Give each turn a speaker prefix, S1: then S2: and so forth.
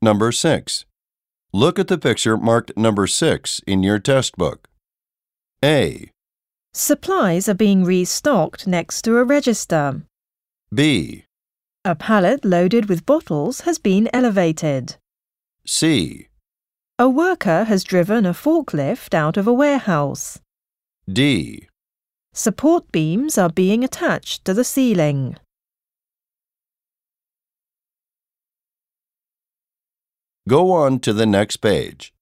S1: Number 6. Look at the picture marked number 6 in your test book. A,
S2: Supplies are being restocked next to a register.
S1: B,
S2: A pallet loaded with bottles has been elevated.
S1: C,
S2: A worker has driven a forklift out of a warehouse.
S1: D.
S2: Support beams are being attached to the ceiling.
S1: Go on to the next page.